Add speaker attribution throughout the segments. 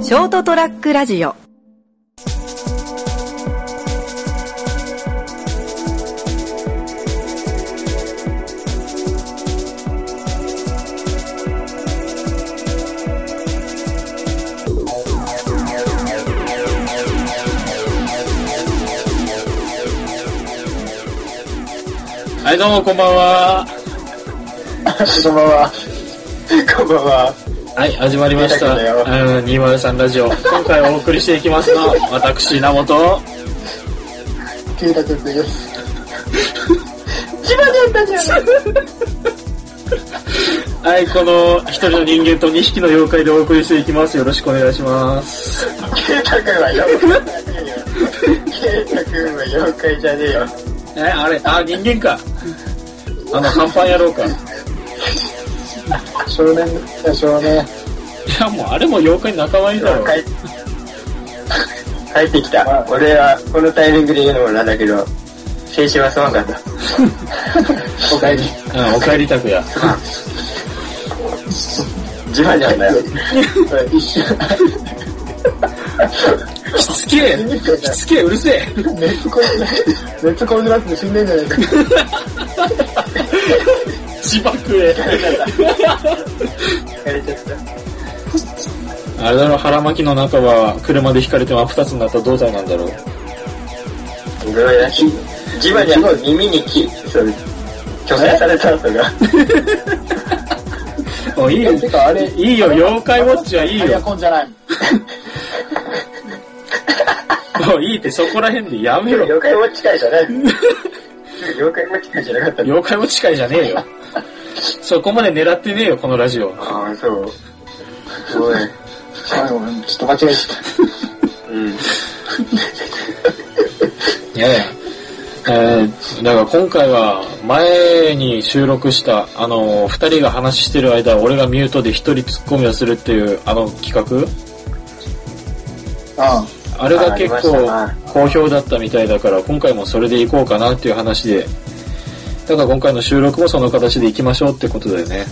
Speaker 1: ショートトラックラジオ
Speaker 2: はい、どうも、こんばんは。
Speaker 3: こんばんは。こんばんは。
Speaker 2: はい、始まりました。
Speaker 3: 見たくな
Speaker 2: うん、203ラジオ。今回お送りしていきますのは、私、稲本。
Speaker 3: ケイタくんです。千葉ちゃんだじゃん。
Speaker 2: はい、この、一人の人間と二匹の妖怪でお送りしていきます。よろしくお願いします。
Speaker 3: ケイタくんは妖怪じゃねえよ。ケイタくんは妖怪じゃねえよ。
Speaker 2: え、あれ、あ、人間か。あの、半パン野郎か。い
Speaker 3: 少年だ、少年。
Speaker 2: や、もう、あれも妖怪の仲間いいだろ
Speaker 3: 帰。帰ってきた。俺は、このタイミングで言うのもなんだけど、青春はすまんかった。おかえり。
Speaker 2: うん、お帰りたくや。
Speaker 3: 自慢じゃんだよ。 一
Speaker 2: き
Speaker 3: 瞬、
Speaker 2: つけえきつけえ、うるせえ
Speaker 3: 熱こい、熱こいのやつで死んでんじゃね えか。
Speaker 2: 自爆へ。
Speaker 3: 疲れちゃった。
Speaker 2: あれだろ、腹巻きの中は、車で引かれて真っ二つになった胴体なんだろう。
Speaker 3: どれだけジバニャの耳にき、それ、虚勢されたとか。
Speaker 2: もういいよ。
Speaker 3: てかあれ
Speaker 2: いいよ、妖怪ウォッチはいいよ。
Speaker 3: コンじゃない。
Speaker 2: もういいって、そこら辺でやめろ。
Speaker 3: 妖怪ウォッチ会じゃない。妖怪ウォッチ会じゃなかったの。
Speaker 2: 妖怪ウォッチ会じゃねえよ。そこまで狙ってねえよ、このラジオ。
Speaker 3: ああ、そう。すごい。ごめん、ちょっと間違えちゃった。うん。
Speaker 2: いやいや。えー、だから今回は前に収録したあの二人が話してる間俺がミュートで一人突っ込みをするっていうあの企画
Speaker 3: あ
Speaker 2: あれが結
Speaker 3: あ
Speaker 2: 構
Speaker 3: り
Speaker 2: 好評だったみたいだから今回もそれで行こうかなっていう話でだから今回の収録もその形で行きましょうってことだよね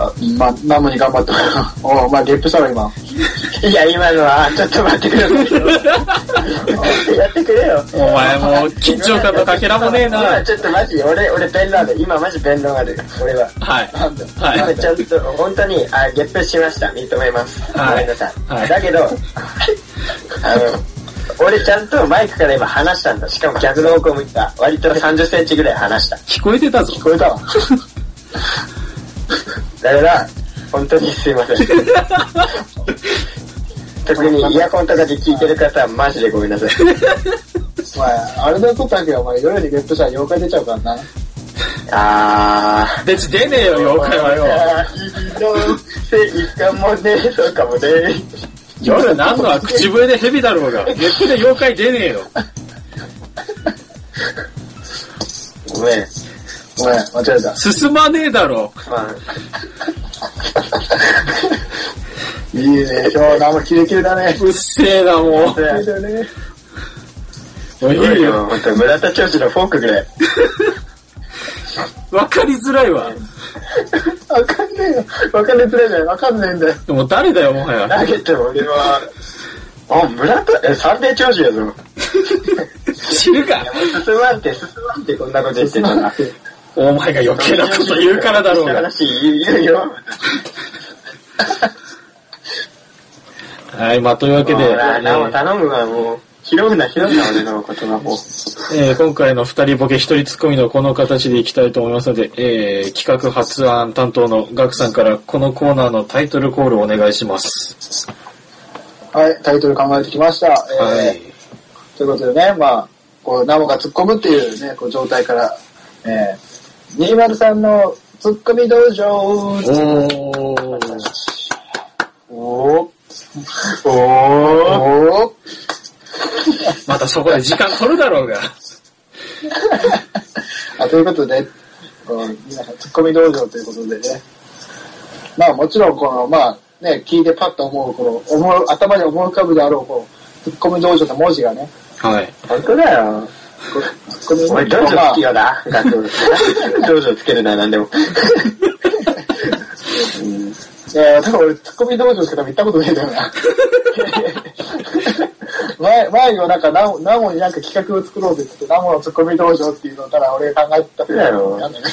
Speaker 3: あ、ま、なのに頑張った。おお、まあゲップしたわ、今。いや、今のは、ちょっと待ってくださいよ。やってくれよ。
Speaker 2: お前もう緊張感のかけらもね えな
Speaker 3: 今ちょっとマジ、俺、俺弁論ある。今マジ弁論ある。俺は。
Speaker 2: はい
Speaker 3: な んだ
Speaker 2: はい
Speaker 3: 今ちゃんと、本当に、あ、ゲップしました。認めます。
Speaker 2: はい
Speaker 3: ごめんなさい。
Speaker 2: はい
Speaker 3: だけど、あの、俺ちゃんとマイクから今話したんだ。しかも逆の方向向いた。割と30センチぐらい話した。
Speaker 2: 聞こえてたぞ
Speaker 3: 聞こえたわ。だから、本当にすいません。特にイヤコンとかで聞いてる方はマジでごめんなさい。
Speaker 4: お前、あれだとったけど、お前、夜にゲップしたら妖怪出ちゃうからな。
Speaker 3: あ
Speaker 2: 別に出ねえよ妖怪は
Speaker 3: ー。
Speaker 2: よ
Speaker 3: あー、のせいかもねえとかもね
Speaker 2: 夜なんのは口笛で蛇だろうがネットで妖怪出ねえよ
Speaker 3: ごめん。
Speaker 4: お前、間違えた。
Speaker 2: 進まねえだろ
Speaker 3: まあ、
Speaker 4: いいね、今日、なんもキレキレだね。
Speaker 2: うっせえなも
Speaker 3: それ
Speaker 4: いい
Speaker 3: は
Speaker 4: だね。
Speaker 2: うもういいよ
Speaker 3: 本当村田教授のフォークぐらい。
Speaker 2: わかりづらいわ
Speaker 4: わかんねえよ。わかんねえづらいじゃん。わかんねえんだよ。
Speaker 2: でも誰だよもはや
Speaker 3: 投げても俺は、あ、村田、え、サンデー教授やぞ。
Speaker 2: 知るか
Speaker 3: いやもう進まんて、進まんて、こんなこと言ってたら。
Speaker 2: お前が余計なこと言うからだろうが
Speaker 3: 話言うよ。
Speaker 2: はいまあというわけで、え
Speaker 3: ほらなお
Speaker 2: ー
Speaker 3: 頼むわ、もう。拾うな、拾うな、俺の言葉も。
Speaker 2: えー今回の二人ボケ一人ツッコミのこの形でいきたいと思いますので、えー企画発案担当のガクさんからこのコーナーのタイトルコールをお願いします
Speaker 4: はい、タイトル考えてきました。
Speaker 2: は
Speaker 4: え
Speaker 2: い
Speaker 4: ー、ということでね、まあ、こう、ナモが突っ込むっていうね、こう、状態から、えー、203の突っ込み道場。
Speaker 2: おー
Speaker 4: おー
Speaker 3: おー。
Speaker 4: おー
Speaker 2: またそこで時間取るだろうが
Speaker 4: あということで、こう皆さん、ツッコミ道場ということでね。まあもちろん、この、まあね、聞いてパッと思う、この、思う、頭に思い浮かぶであろう、こう、ツッコミ道場の文字がね、
Speaker 2: はい
Speaker 3: 本当だよ。
Speaker 4: こうツッコミ
Speaker 3: おい、道場好きよな。学校道場つけるな、なんでも。
Speaker 4: いや、だから俺、ツッコミ道場しか多分行ったことないんだよな。 前、前にもなんか、ナモナモになんか企画を作ろうぜって言って、ナモのツッコミ道場っていうのをただ俺考えてた
Speaker 3: そうだろ
Speaker 4: なんだよね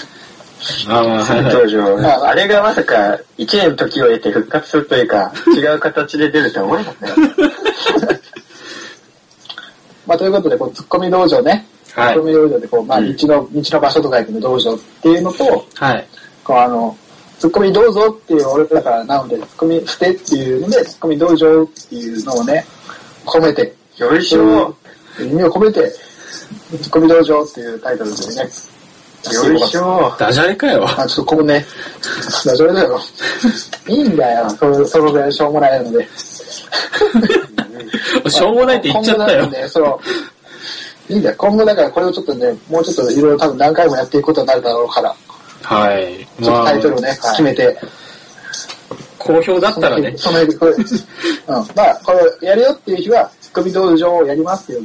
Speaker 2: ああ、はいはい。
Speaker 3: 当時は、あれがまさか、1年の時を経て復活するというか、違う形で出るとは思えなかったよ。
Speaker 4: まあ、ということで、こう、ツッコミ道場ね。
Speaker 2: はい
Speaker 4: ツッコミ道場で、こう、まあ、
Speaker 2: う
Speaker 4: 道
Speaker 2: ん
Speaker 4: の、道の場所とか行く道場っていうのと、
Speaker 2: はい。
Speaker 4: こう、あの、ツッコミどうぞっていう、俺だから、なので、ツッコミしてっていうので、ツッコミ道場っていうのをね、込めて、
Speaker 3: よいし
Speaker 4: そ
Speaker 3: ょ
Speaker 4: う、意味を込めて、ツッコミ道場っていうタイトルでね。
Speaker 3: よいしょ
Speaker 2: ダジャレかよ。
Speaker 4: あ、ちょっとここね、ダジャレだよ。いいんだよ、それそのぐらいしょうもないので。
Speaker 2: しょうもないって言っちゃった
Speaker 4: 今後な
Speaker 2: よ
Speaker 4: ん。かねそのいいんだよ、今後だからこれをちょっとね、もうちょっといろいろ多分何回もやっていくことになるだろうから、
Speaker 2: はい。
Speaker 4: ちょっ
Speaker 2: ま
Speaker 4: と
Speaker 2: あ
Speaker 4: タイ、トルをね、
Speaker 3: い
Speaker 4: 決めて、
Speaker 2: 好評だったらね。
Speaker 4: その辺で、これ、うん、まあ、これやるよっていう日は、ツッコミ道場をやりますよ。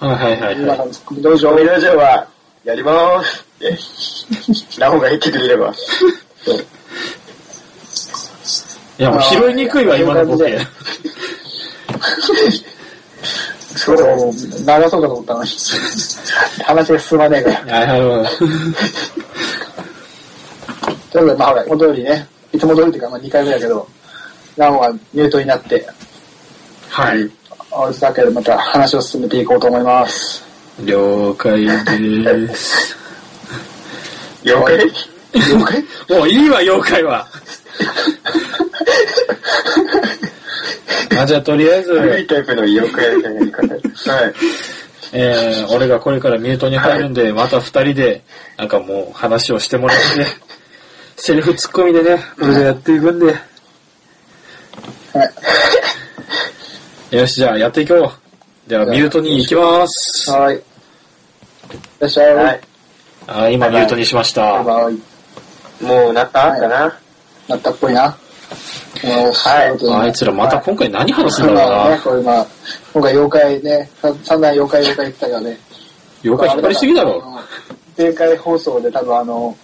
Speaker 2: はいはいはい
Speaker 4: 今
Speaker 2: は
Speaker 4: からツッコミ道場
Speaker 3: ド
Speaker 4: を
Speaker 3: ミノジョーは、やりまーすって、ラオが言ってくれれば。
Speaker 2: い。いや、もう拾いにくいわ、今のボケ。
Speaker 4: それを流そうかと思ったのに。話が進まねえから。
Speaker 2: はいはいはい。
Speaker 4: ということで、まあほら、いつも通りね、いつも通りっていうか、まあ2回目だけど、ラオがミュートになって、
Speaker 2: はい。
Speaker 4: おじだけでまた話を進めていこうと思います。
Speaker 2: 了解です。
Speaker 3: 了解
Speaker 4: 了解
Speaker 2: もういいわ、妖怪 は。まあじゃあとりあえ
Speaker 3: 古
Speaker 2: ず
Speaker 3: い、タイプの妖怪みたいな言い方。はい。
Speaker 2: えー、俺がこれからミュートに入るんで、また二人で、なんかもう話をしてもら って、セリフツッコミでね、俺がやっていくんで。よし、じゃあやっていこう。ではミュートに行きます。
Speaker 4: はーい。いらっしゃい。
Speaker 3: は
Speaker 4: はい
Speaker 3: い。。
Speaker 2: あ今ミュートにしました。
Speaker 4: バイ。
Speaker 3: もうなったかな
Speaker 4: なったっぽいな。
Speaker 3: はい
Speaker 2: あいつらまた今回何話すんだ
Speaker 4: 今
Speaker 2: ろう
Speaker 4: ね
Speaker 2: な。、
Speaker 4: これ今、今回妖怪ね、さ散々妖怪妖怪言ってたからね。
Speaker 2: 妖怪引っ張りすぎだろ。
Speaker 4: あの。前回放送で多分あの、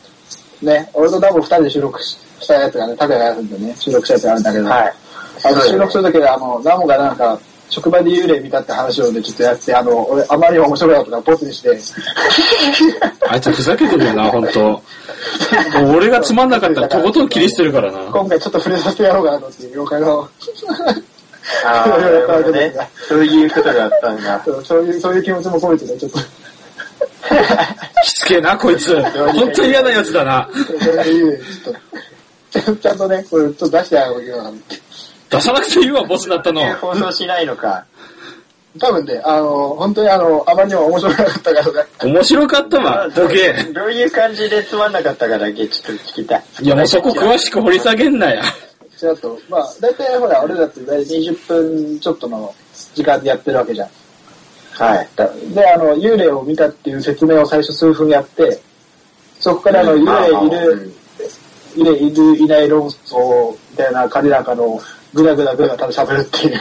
Speaker 4: ね、俺とダブル二人で収録ししたやつがね、タクヤがやるんでね、収録したやつがあるんだけど、
Speaker 3: はい。
Speaker 4: あの収録するときはあの、ナモがなんか、職場で幽霊見たって話をね、ちょっとやって、あの、俺、あまり面白くなかったから、ボツにして、
Speaker 2: あいつふざけてるよ な、本当。もう俺がつまんなかったらとことん切り捨てるからな。
Speaker 4: 今回ちょっと触れさせてやろうかなとっていう、妖怪の、
Speaker 3: あー、なるほどね。そういうことがあったんだ。
Speaker 4: そうそういう、そういう気持ちも込めてね、ちょっと、
Speaker 2: しつけえな、こいつ。本当に嫌なやつだな。
Speaker 4: それで幽霊、ちょっと、ちゃんとね、これ、ちょっと出してやろうかなと。
Speaker 2: 出さなくていいわ、ボスだったの。
Speaker 3: 放送しないのか。
Speaker 4: 多分ね、あの、本当にあの、あまりにも面白くなかったからね、
Speaker 2: 面白かったわ、ボケ。
Speaker 3: どういう感じでつまんなかったかだけちょっと聞きたい。
Speaker 2: いや、もうそこ詳しく掘り下げんなや。
Speaker 4: ちらっと、まあ、大体ほら、俺だって大体20分ちょっとの時間でやってるわけじゃん。
Speaker 3: はい。
Speaker 4: だで、あの、幽霊を見たっていう説明を最初数分やって、そこからあの、幽霊いる、幽霊いる、いない論争みたいな彼らかの、ぐだぐだぐだただ喋るっていう。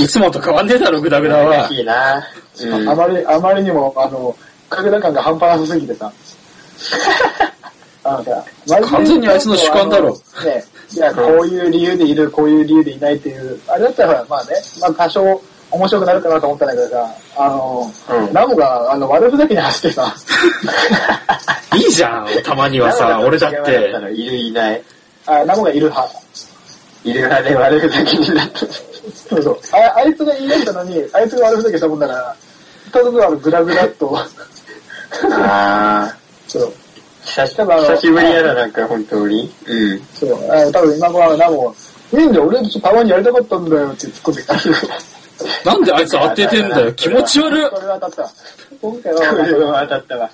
Speaker 2: いつもと変わんねえだろ、グダグダは。
Speaker 3: いいな。うん
Speaker 4: あまり、あまりにも、あの、角田感が半端なさすぎて さ。あのさ
Speaker 2: 完全にあいつの主観だろ。
Speaker 4: あのね、いや、こういう理由でいる、こういう理由でいないっていう、あれだったらほら、まあね、まあ多少面白くなるかなと思ったんだけどさ、あの、
Speaker 3: うん
Speaker 4: ラムが、あの、悪ふざけに走って さ、
Speaker 2: いいじゃん、たまにはさ、俺だっ
Speaker 3: 違う
Speaker 2: て
Speaker 3: な。いるいない。
Speaker 4: あラムがいる派。
Speaker 3: いる派で悪ふざけになった。
Speaker 4: そうそう。ああいつがいないったのに、あいつが悪ふざけしたもんだから、ただただあのグラグラっと、
Speaker 3: ああ。
Speaker 4: そう。
Speaker 3: 久し
Speaker 4: 多分あの
Speaker 3: 久しぶりやな、なんか本当に。うん。
Speaker 4: そう、あの多分今頃はラムを、いいんだよ、俺ちょっとたまにやりたかったんだよって突っ込んでき た。
Speaker 2: なんであいつ当ててんだよ、気持ち悪っ。
Speaker 4: これは当たった。今回
Speaker 3: これ
Speaker 4: は、
Speaker 3: は当たったわ。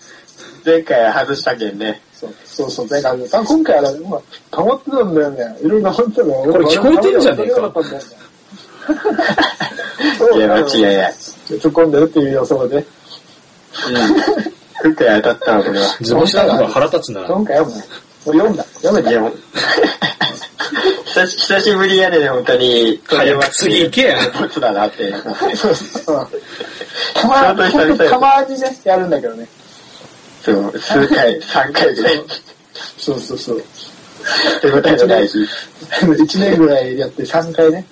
Speaker 3: 前回は外したけんね。
Speaker 4: そうそうそう、前回、多分今回は、まあ、溜まってたんだよね。いろいろ溜まってたの。こ
Speaker 2: れ聞こえてんじゃねえか
Speaker 3: いや、間違い
Speaker 4: い。
Speaker 3: ない。
Speaker 4: 突っ込んでるっていう予想で。
Speaker 3: うん。今回当たったわ、これは。
Speaker 2: 図星なんかが腹立つな。
Speaker 4: 今回はもう、もう読んだ。読め
Speaker 3: い
Speaker 4: た。
Speaker 3: や、もう久し久しぶりやね、本当に。
Speaker 2: 早く次行けや
Speaker 3: ボツだなって。
Speaker 4: そうそう。たま
Speaker 3: 相当久々や
Speaker 4: に、たまにね、やるんだけどね。
Speaker 3: そう、数回、3回ぐらい。
Speaker 4: そうそうそう。手応えが大事。1年 ぐらいやって3回ね。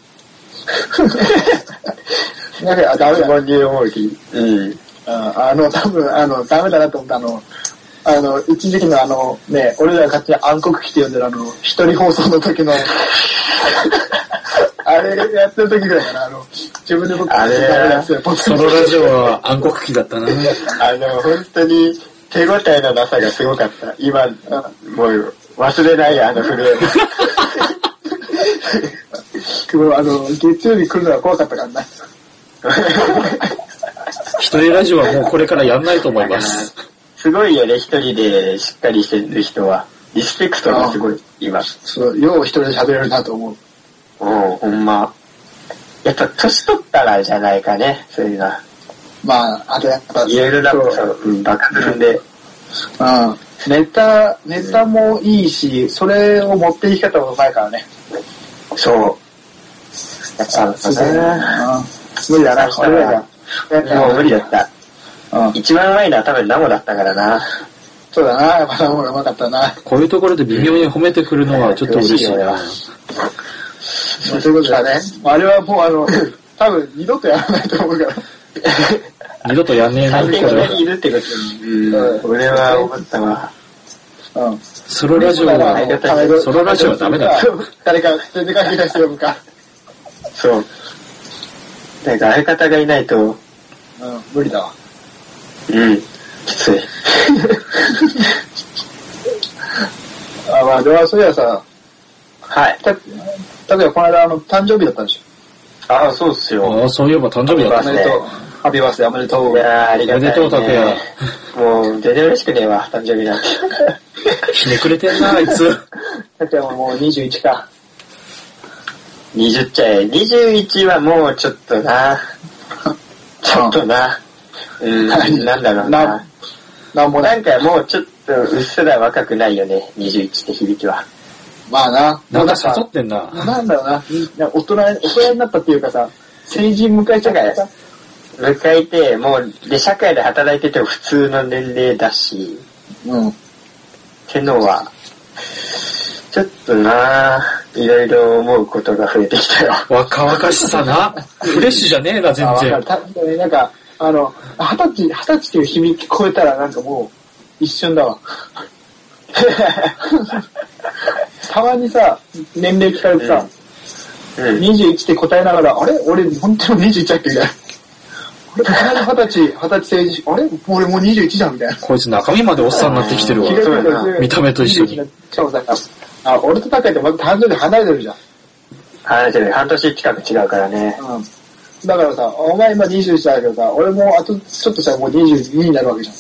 Speaker 4: なんか、あ、ダメだ。
Speaker 3: に思うき。うん。
Speaker 4: ああの、多分、あの、ダメだなと思ったあの、あの、一時期のあの、ね、俺らが勝手に暗黒期って呼んでるあの、一人放送の時の、 あれやってる時ぐらいかな、あの、自分で僕
Speaker 3: あれ
Speaker 4: ダメだっつってポツ
Speaker 2: そ
Speaker 4: ン
Speaker 2: のラジオは暗黒期だったな。
Speaker 3: あの、本当に手応えのなさがすごかった。今、もう忘れないよ、あの震え。
Speaker 4: とあの、月曜日来るのが怖かったからな。
Speaker 2: 一人ラジオはもうこれからやんないと思います。
Speaker 3: すごいよね、一人でしっかりしてる人は。リスペクトがすごい、今。
Speaker 4: そう、よう一人で喋れるなと思う。
Speaker 3: うん、ほんま。やっぱ年取ったらじゃないかね、そういうのは。
Speaker 4: まあ、あとやっぱ、
Speaker 3: いろいろな
Speaker 4: そ
Speaker 3: ん
Speaker 4: う
Speaker 3: かさ、うん、爆弾で。
Speaker 4: うん。ネタ、ネタもいいし、それを持っていき方もうまいからね。
Speaker 3: そう。やっぱ、ね、
Speaker 4: 無理だな、俺らが。
Speaker 3: もう無理だった。
Speaker 4: うん。
Speaker 3: 一番うまいのは多分ナモだったからな。
Speaker 4: そうだな、まだもうまかったな。
Speaker 2: こういうところで微妙に褒めてくるのはちょっと嬉しいな。
Speaker 4: そういうことだね。あれはもうあの、 多分二度とやらないと思うから。
Speaker 2: 二度とやんねえな、こ
Speaker 3: 完全
Speaker 2: れ
Speaker 3: に。いるってことに。
Speaker 4: うん
Speaker 3: 俺は思ったわ。
Speaker 4: うん。
Speaker 2: ソロラジオは、ソロラジオはダメだ。
Speaker 4: 誰か、全然関係ない人呼ぶか。
Speaker 3: そう。なんか相方がいないと、
Speaker 4: うん、無理だわ。
Speaker 3: うん、きつい。
Speaker 4: あ、まあ、では、そういやさ、
Speaker 3: はい。
Speaker 4: た、例えばこの間、あの、誕生日だったんでし
Speaker 3: ああ、そうっすよ。
Speaker 2: ああ、そういえば誕生日だ
Speaker 4: ょ。
Speaker 2: っ
Speaker 4: お
Speaker 2: た。
Speaker 4: めでとう。ハッピーバースデーおめでと。
Speaker 3: いうやーあり
Speaker 2: おめ
Speaker 3: が
Speaker 2: で
Speaker 3: たい、ね。
Speaker 2: とう、拓也。
Speaker 3: もう、全然嬉しくねえわ、誕生日なんて。
Speaker 2: ひねくれてんな、あいつ。
Speaker 4: だってもう21か。
Speaker 3: 20ちゃえ。21はもうちょっとな。ちょっとな。うん、 なんだろうな
Speaker 4: な。なんもな。
Speaker 3: ないんかもうちょっとうっすら若くないよね、21って響きは。
Speaker 4: まあな。
Speaker 2: なんか
Speaker 4: さ
Speaker 2: 誘ってんな。
Speaker 4: なんだろうな。なんか大人、大人になったっていうかさ、成人迎えちゃうからさ。
Speaker 3: 迎えて、もう、で、社会で働いてても普通の年齢だし、
Speaker 4: うん。
Speaker 3: ってのは、ちょっとなぁ、いろいろ思うことが増えてきたよ。
Speaker 2: 若々しさな。フレッシュじゃねえな、全
Speaker 4: あ、わか
Speaker 2: 然
Speaker 4: る。。確かになんか、あの、二十歳、二十歳っていう響き超えたらなんかもう、一瞬だわ。 たまにさ、年齢聞かれてさ、
Speaker 3: うん。
Speaker 4: 21って答えながら、あれ俺、本当に21だっけみたいな。 俺、この間二十歳、二十歳成人、あれ俺もう21じゃんみたいな。
Speaker 2: こいつ中身までおっさんになってきてるわ
Speaker 4: 気。がついたら
Speaker 3: そうやな
Speaker 2: 見た目と一緒に。
Speaker 4: しかもさ、あ俺と高いってまた誕生日離れてるじゃん。
Speaker 3: 話してる。半年近く違うからね。
Speaker 4: うん。だからさ、お前今21だけどさ、俺もあとちょっとしたらもう22になるわけじゃん。
Speaker 3: い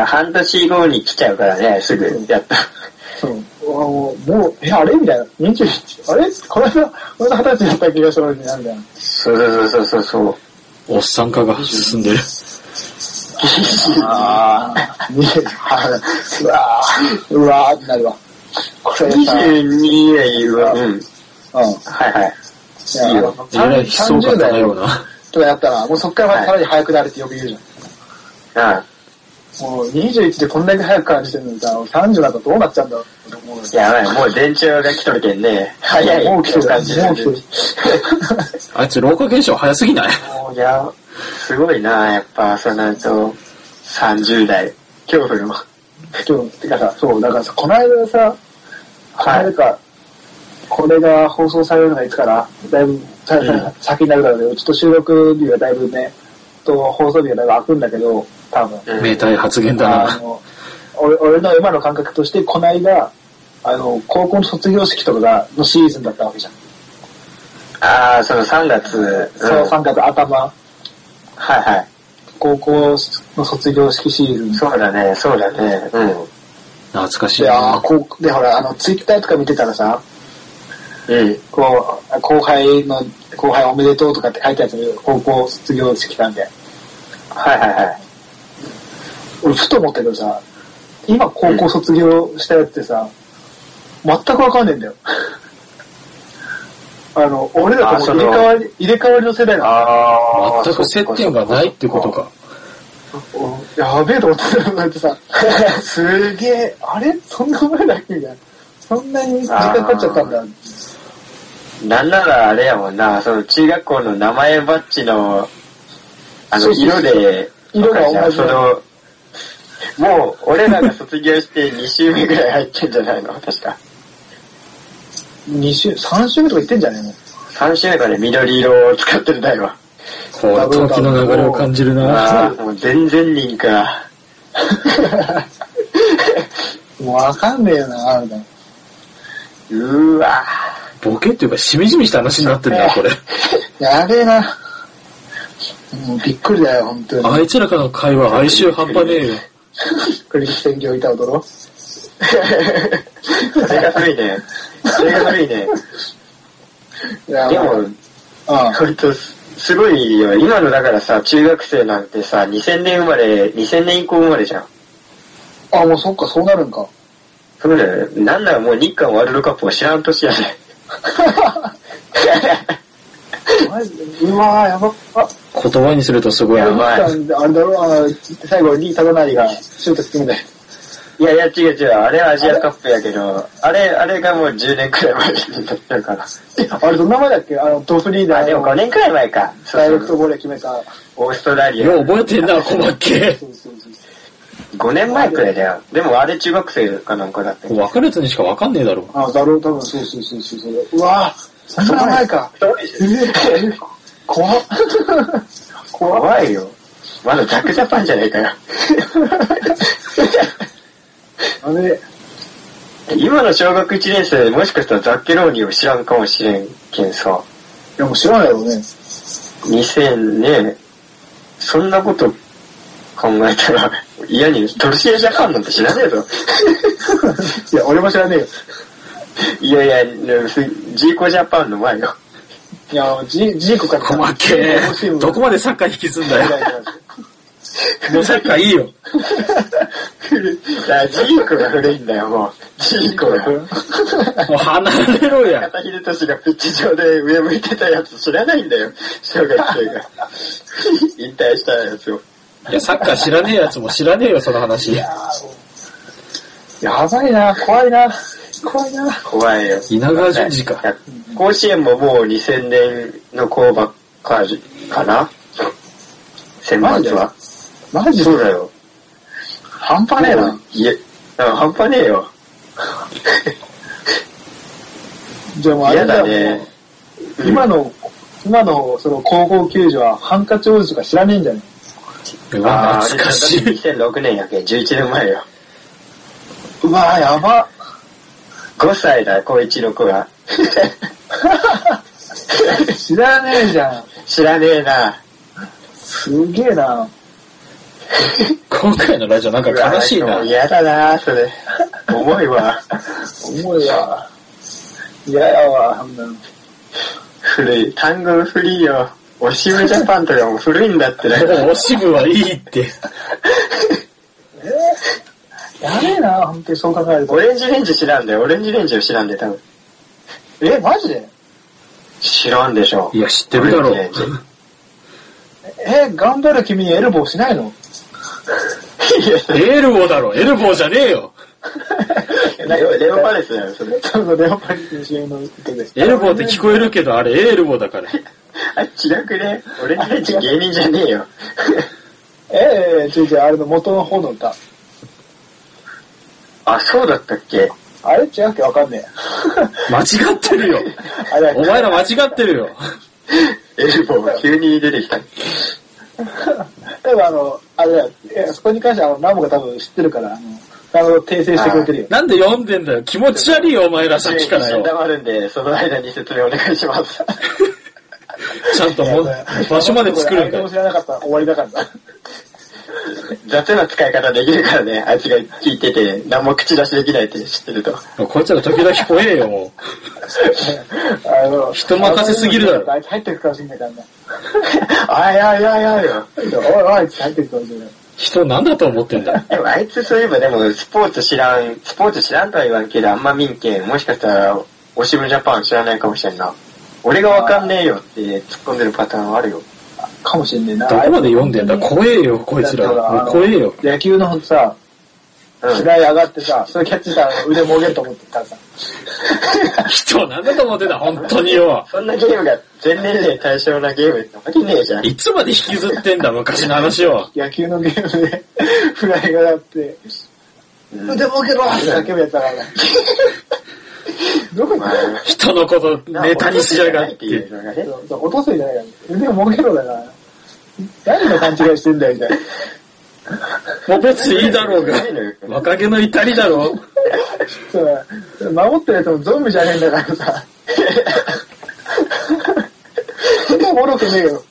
Speaker 3: や半年後に来ちゃうからね、すぐ。やった。
Speaker 4: そう。もう、もうえ、あれみたいな。21、あれこの間、この間二十歳だった気がするのになるみたいな。
Speaker 3: そうそうそうそう。そう
Speaker 2: おっさん化が進んでる。
Speaker 4: ああ。はい。うわーうわーってなるわ。これさ、うん。
Speaker 3: 22年は、うん。はいはい。
Speaker 4: いやあの
Speaker 2: えらい悲壮感
Speaker 4: 30代
Speaker 2: 漂うな。
Speaker 4: とかやったら、もうそっからまたさらに早くなるってよく言うじゃん。
Speaker 3: うん。
Speaker 4: もう21でこんだけ早く感じてるのにさ、30だとどうなっちゃうんだろうって思うよ。
Speaker 3: やばい、もう電柱が来とるけんね。早い。
Speaker 4: もう来てる。
Speaker 3: 感じ
Speaker 4: もう来てる。
Speaker 2: あいつ老化現象早すぎない
Speaker 3: もうや、すごいな、やっぱ、そうなると、30代。恐怖の。
Speaker 4: そう、てかさ、そう、だからさ、この間さ、この間か、これが放送されるのがいつから、だいぶ、さ
Speaker 3: うん
Speaker 4: 先になるからね、うちと収録日がだいぶね、と放送日がだいぶ開くんだけど、多分。
Speaker 3: うん
Speaker 2: 名体発言だ
Speaker 4: あ
Speaker 2: な。
Speaker 4: の俺俺の今の感覚として、この間、あの、高校の卒業式とかが、のシーズンだったわけじゃん。
Speaker 3: ああ、その3月。
Speaker 4: その3月頭、
Speaker 3: はいは
Speaker 4: 高校の卒業式シーズン
Speaker 3: い。。そうだね、そうだね。うん。
Speaker 2: 懐かしい
Speaker 4: で、ああ、
Speaker 2: な。
Speaker 4: こう、で、ほら、あの、ツイッターとか見てたらさ、
Speaker 3: うん。
Speaker 4: こう、後輩の、後輩おめでとうとかって書いてあるやつ高校卒業式なんで。
Speaker 3: はいはいはい。
Speaker 4: 俺、ふと思ったけどさ、今高校卒業したやつってさ、全くわかんねえんだよ。 あの、俺ら
Speaker 3: あ
Speaker 4: と
Speaker 3: そ
Speaker 4: もう
Speaker 3: の
Speaker 4: 入れ替わり、入れ替わりの世代なの。
Speaker 3: あ
Speaker 2: 全く接点がないってこと。か。
Speaker 4: うんやべえと思ってただって さ、すげえ、あれそんな前だっけみたいな。そんなに時間かかっちゃったんだ。
Speaker 3: なんならあれやもんな、その中学校の名前バッジの、あ
Speaker 4: そ
Speaker 3: の、
Speaker 4: うそうそ
Speaker 3: 色
Speaker 4: う
Speaker 3: で、
Speaker 4: 色が同じ
Speaker 3: わかるじゃんその、もう、俺らが卒業して2週目ぐらい入ってんじゃないの確か。
Speaker 4: 2週、3週目とか行ってんじゃねえの
Speaker 3: 3週目まで緑色を使ってるだよ。
Speaker 2: こう、時の流れを感じるな。
Speaker 3: ああ、もう全然人か。
Speaker 4: もうわかんねえよな、みたいな。
Speaker 3: うーわ
Speaker 2: ボケっていうか、しみじみした話になってんだよ、これ。
Speaker 4: やべえな。もうびっくりだよ、本当に。
Speaker 2: あいつらからの会話、哀愁半端ねえよ。
Speaker 4: クリステン業いた踊ろう。
Speaker 3: それが古いね。それが古 いね。
Speaker 4: いや
Speaker 3: で
Speaker 4: ま
Speaker 3: も、
Speaker 4: あ
Speaker 3: ほんと、すごいよ。今のだからさ、中学生なんてさ、2000年生まれ、2000年以降生まれじゃん。
Speaker 4: うん、あ、もうそっか、そうなるん か。
Speaker 3: そうだよね。なんならもう日韓ワールドカップを知らん年やね。
Speaker 4: マジでうわーやばっ。あ、
Speaker 2: 言葉にするとすごい
Speaker 4: や
Speaker 2: な。
Speaker 3: ばい
Speaker 4: ばい。あれだろ、あの最後、リー・タダナリがシュート決めたよ。
Speaker 3: いやいや、違う違う。あれはアジアカップやけど、あれ、あれがもう10年くらい前になってるから。
Speaker 4: あれ、どんな前だっけあの、トップリー
Speaker 3: あ、
Speaker 4: ダ
Speaker 3: で
Speaker 4: ー
Speaker 3: も
Speaker 4: の
Speaker 3: 5年くらい前か。そ
Speaker 4: ダイレ
Speaker 3: う
Speaker 4: ク
Speaker 3: そ
Speaker 4: ト
Speaker 3: う。
Speaker 4: ボールで決めた。
Speaker 3: オーストラリア。
Speaker 2: よう覚えてんな、細っけ。
Speaker 4: そうそうそう。
Speaker 3: 5年前くらいだよ。でもあれ中学生かなんかだって。
Speaker 2: 分かるやつにしか分かんねえだろ。
Speaker 4: あ、だろう、多分、そうそうそうそうそう。うわーそんな前か。えー怖っ。怖っ。
Speaker 3: 怖いよ。まだザクジャパンじゃないかよ。
Speaker 4: あれ、
Speaker 3: 今の小学1年生、もしかしたらザッケローニを知らんかもしれんけんさ。
Speaker 4: いや、もう知らないよね。
Speaker 3: 2000ね、そんなこと考えたら、 嫌に、トルシエジャパンなんて知らねえぞ。
Speaker 4: いや、俺も知らねえよ。
Speaker 3: いやいや、ねすジーコジャパンの 前よ。
Speaker 4: いや、ジジーコから
Speaker 2: 細っけ。どこまでサッカー引きすんだよ。もうサッカーいいよ。
Speaker 3: いやジーコが古いんだよ、もう。ジーコが。
Speaker 2: もう離れろや。
Speaker 3: 片秀俊がピッチ上で上向いてたやつ知らないんだよ、小学生が。 引退したやつを。
Speaker 2: いや、サッカー知らねえやつも知らねえよ、その話。
Speaker 4: やばいな、怖いな、怖いな。
Speaker 3: 怖いよ。
Speaker 2: 稲川淳二か。
Speaker 3: 甲子園ももう2000年の子ばっかりかな選抜は。
Speaker 4: マジで
Speaker 3: そうだよ。
Speaker 4: 半端ねえな。
Speaker 3: いや、なんか半端ねえ よ。
Speaker 4: じゃあもうあ
Speaker 3: 嫌
Speaker 4: れだ
Speaker 3: だ
Speaker 4: よ、
Speaker 3: ね。
Speaker 4: もう今の、今のその高校球児はハンカチ王子とか知らねえんじゃね
Speaker 2: う
Speaker 3: あ
Speaker 2: わ、
Speaker 3: あ、
Speaker 2: 懐かしい。
Speaker 3: 2006年やけん、11年前よ。
Speaker 4: うわぁ、やば。
Speaker 3: 5歳だ、高一の子が。
Speaker 4: 知らねえじゃん。
Speaker 3: 知らねえな。
Speaker 4: すげえな。
Speaker 2: 今回のラジオなんか悲しいう
Speaker 3: わ
Speaker 2: な。
Speaker 3: 嫌だな、それ。重いわ。
Speaker 4: 重いわ。嫌やわ、あんなの
Speaker 3: 古い。単語古いよ。オシムジャパンとかも古いんだってね。
Speaker 2: もう、おしぶはいいって。
Speaker 4: やべえな、本当にそう考えると
Speaker 3: オ。レンジレンジ知らんだよ。オレンジレンジを知らんで、多分。
Speaker 4: え、マジで
Speaker 3: 知らんでしょ。
Speaker 2: いや、知ってるだろ
Speaker 3: オレンジレンジ
Speaker 4: え、頑張る君にエルボーしないの
Speaker 2: エルボーだろ、エルボーじゃねえよ。
Speaker 3: レオレオパレスだよ、それ。
Speaker 4: そのレオパリスの CM の歌で。
Speaker 2: エルボーって聞こえるけど、あれエルボーだから。
Speaker 3: あ、違くね。オレンジレンジ芸人じゃねえよ。
Speaker 4: ええ違う違う、あれの元の方の歌。
Speaker 3: あ、そうだったっけ
Speaker 4: あれ違うっけわかんね
Speaker 2: 間違ってるよ。
Speaker 4: え。あれ
Speaker 2: お前 ら間違ってるよ。
Speaker 3: エルボーが急に出てきた。
Speaker 4: 例えばあの、あれだよいや、そこに関してはあの、ナモが多分知ってるから、あの、なるほど訂正してくれてるよ。
Speaker 2: なんで読んでんだよ。気持ち悪いよ、お前らさっきからよ。
Speaker 3: 黙るんで、その間に説明お願いします。
Speaker 2: ちゃんともう場所まで作るん
Speaker 4: か。
Speaker 2: から
Speaker 4: も知らなかったら終わりだからな。
Speaker 3: 雑な使い方できるからね、あいつが聞いてて、何も口出しできないって知ってる と。
Speaker 2: よ。こいつら時々怖えよ、も
Speaker 4: あの、
Speaker 2: 人任せすぎるだろ
Speaker 4: あいつ入ってくかもしんないからな。
Speaker 3: あいあいあいあいよ。
Speaker 4: おいおいって入ってくかもしんない。
Speaker 2: う。人なんだと思ってんだ。
Speaker 3: でもあいつそういえばでも、スポーツ知らん、スポーツ知らんとは言わんけど、あんま民権、もしかしたら、オシムジャパン知らないかもしれんな。俺がわかんねえよって突っ込んでるパターンはあるよ。
Speaker 4: かもしれねえな。
Speaker 2: どこまで読んでんだ怖えよ、こいつら。もう怖えよ。
Speaker 4: 野球のほんとさ、
Speaker 3: うん
Speaker 4: 嫌い上がってさ、それキャッチしたら腕もげると思ってたらさ、
Speaker 2: 人なんだと思ってた、本当によ。
Speaker 3: そんなゲームが全年齢対象なゲームってわけねえじゃん。
Speaker 2: いつまで引きずってんだ、昔の話を。
Speaker 4: 野球のゲームで フライがなって、
Speaker 3: うん
Speaker 4: 腕もげろって叫ぶやつだからね。どこ行っ
Speaker 3: まあ
Speaker 4: た
Speaker 2: 人のこと ネタにしやがって。
Speaker 3: いうのがね
Speaker 4: そうそう落とすんじゃないから、腕もげろだから。何の勘違いしてんだよ、みたいな。
Speaker 2: もう別にいいだろうが。若気の至りだろう。
Speaker 4: そうだ守ってるやつもゾンビじゃねえんだからさ。そんなおもろくねえよ。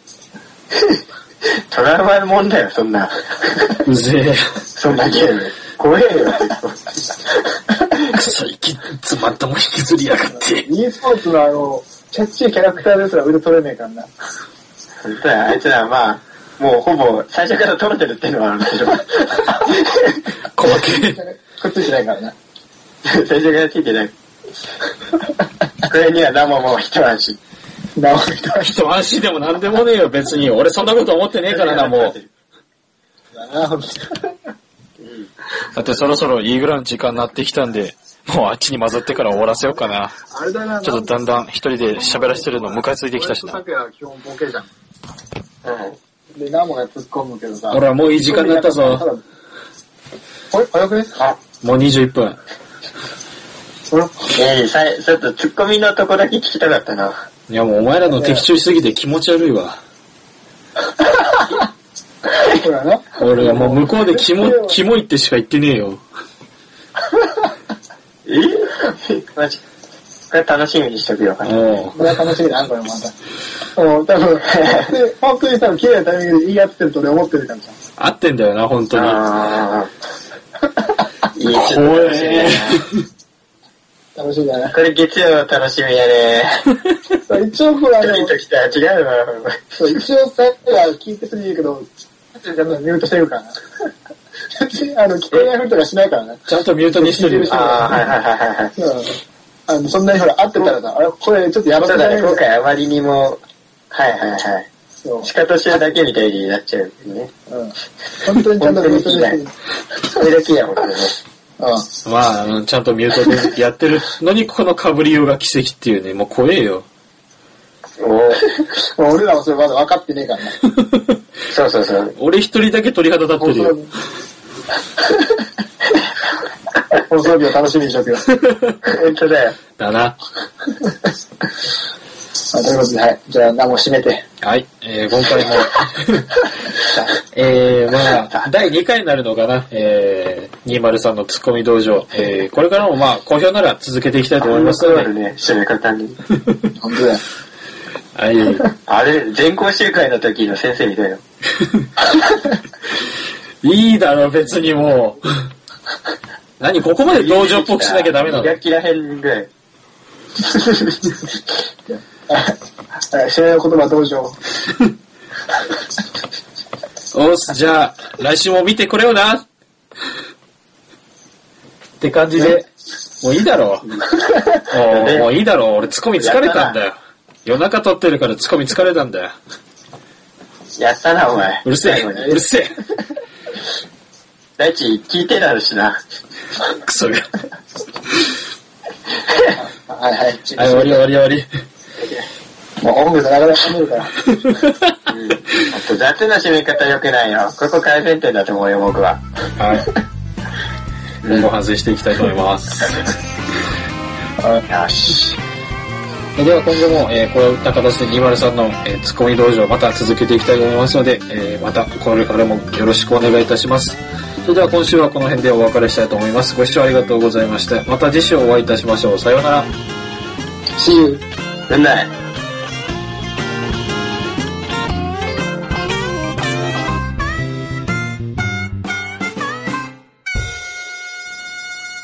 Speaker 3: トラウマの問題よ、そんな。
Speaker 2: うぜえ。
Speaker 3: そんなゲーム。怖えよって言って。
Speaker 2: くそ、息詰まったもん引きずりやがって。
Speaker 4: e スポーツのあの、キャッチーキャラクターですら腕取れねえからな。
Speaker 3: 本当だあいつらはまあ、もうほぼ最初から取れてるっていうのはあるけど、
Speaker 2: 細けえ。
Speaker 4: くっついてないからな。
Speaker 3: 最初からついてない。これには生も一安心。
Speaker 4: 直し人
Speaker 2: 一安心でもなんでもねえよ、別に。俺そんなこと思ってねえからな、もう。
Speaker 4: だな、ほんと
Speaker 2: だってそろそろいいぐらいの時間になってきたんで、もうあっちに混ざってから終わらせようかな。
Speaker 4: あれだな、
Speaker 2: ちょっとだんだん一人で喋らせてるのムカついてきたしな。
Speaker 4: 俺と拓也は基本ボケじゃん。
Speaker 3: うん。
Speaker 4: で、ナモが突っ込むけどさ。
Speaker 2: ほら、もういい時間になったぞ。。
Speaker 4: おい、早くですか
Speaker 2: もう21分。
Speaker 4: ほら、
Speaker 3: ええ、さいちょっとツッコミのとこだけ聞きたかったな。
Speaker 2: いや、もうお前らの的中しすぎて気持ち悪いわ。
Speaker 4: ほらな。
Speaker 2: 俺はもう向こうでキモ、キモいってしか言ってねえよ。
Speaker 3: え マジ。これ楽しみにしとくよ。
Speaker 2: も
Speaker 4: これは楽しみだな、これもまた。もう多分、で本当に多分、綺麗なタイミングで言い合ってると俺思ってるからさ。
Speaker 2: う、合ってんだよな、本当に。
Speaker 3: ああ。いいちょっと
Speaker 2: 怖
Speaker 3: 楽しみ
Speaker 2: え
Speaker 3: だな。
Speaker 4: 楽しみだな。
Speaker 3: これ月曜楽しみやね。
Speaker 4: そう一応これあ
Speaker 3: 一人
Speaker 4: の
Speaker 3: の、時とは違 うわ。
Speaker 4: そう一応さっきは聞いてすぎるけど、ちょっとミュートしてるからな。 別にあの、聞こえないふりとかしないからな。
Speaker 2: ちゃんとミュートにしてるよ。
Speaker 3: ああ、はいはいはいはいはい。
Speaker 4: うんあの、そんなにほら、会ってたらさ、あれ、これちょっとやば
Speaker 3: そ
Speaker 4: く
Speaker 3: う
Speaker 4: な
Speaker 3: だ
Speaker 4: い
Speaker 3: ね、今回あまりにも、はいはいはい。
Speaker 4: そう
Speaker 3: しかとしようだけみたいになっちゃうね。
Speaker 4: うん。本当にちゃんとミュートしてる。
Speaker 3: それだけやもんね。
Speaker 4: うん。
Speaker 2: まあ、あの、ちゃんとミュートでやってるのに、この被りようが奇跡っていうね、もう怖え よ。
Speaker 3: お
Speaker 4: もう俺らもそれまだ分かってねえからな。
Speaker 3: そうそうそう。
Speaker 2: 俺一人だけ鳥肌立ってるよ。
Speaker 4: 放送日を楽しみにしとくよ。
Speaker 3: 本当だよ。
Speaker 2: だな。
Speaker 4: あということで、はい。じゃあ、何も閉めて。
Speaker 2: はい、えー、今回も、えー、まあ、第2回になるのかな、えー、203のツッコミ道場、えー、これからもまあ、好評なら続けていきたいと思いますの
Speaker 3: あ
Speaker 2: で、
Speaker 3: ね、締め方に。
Speaker 4: 本当だよ。
Speaker 2: はい、
Speaker 3: あれ、全校集会の時の先生みたいな。
Speaker 2: いいだろ、別にもう。何、ここまで道場っぽくしなきゃダメなの
Speaker 3: キラキラ編ぐらい。
Speaker 4: はい。締めの言葉どうしよ
Speaker 2: おっす、じゃあ、来週も見てくれよなって感じで、もういいだろ。もうもういいだろ、俺ツッコミ疲れたんだよ。夜中撮ってるからツッコミ疲れたんだよ。
Speaker 3: やったな、お前。
Speaker 2: うるせえ、
Speaker 3: 最
Speaker 2: う
Speaker 3: 後に
Speaker 2: るせえ。
Speaker 3: 大地、聞いてなるしな。
Speaker 2: クソが。
Speaker 4: う。はいはい。ちょっ
Speaker 2: はい、終わり終わり終わり。
Speaker 4: ともう音楽流れ始めるから。
Speaker 3: うん。あと、雑な締め方良くないよ。ここ改善点だと思うよ、僕は。
Speaker 2: はい。今後反省していきたいと思います。
Speaker 3: よし。
Speaker 2: えでは今後も、えーこういった形で203の、えーツッコミ道場をまた続けていきたいと思いますので、えーまたこれからもよろしくお願いいたします。それでは今週はこの辺でお別れしたいと思います。ご視聴ありがとうございました。また次週お会いいたしましょう。さようなら。
Speaker 4: See you.
Speaker 3: うんない。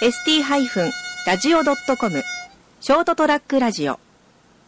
Speaker 1: ST-radio.com ショートトラックラジオ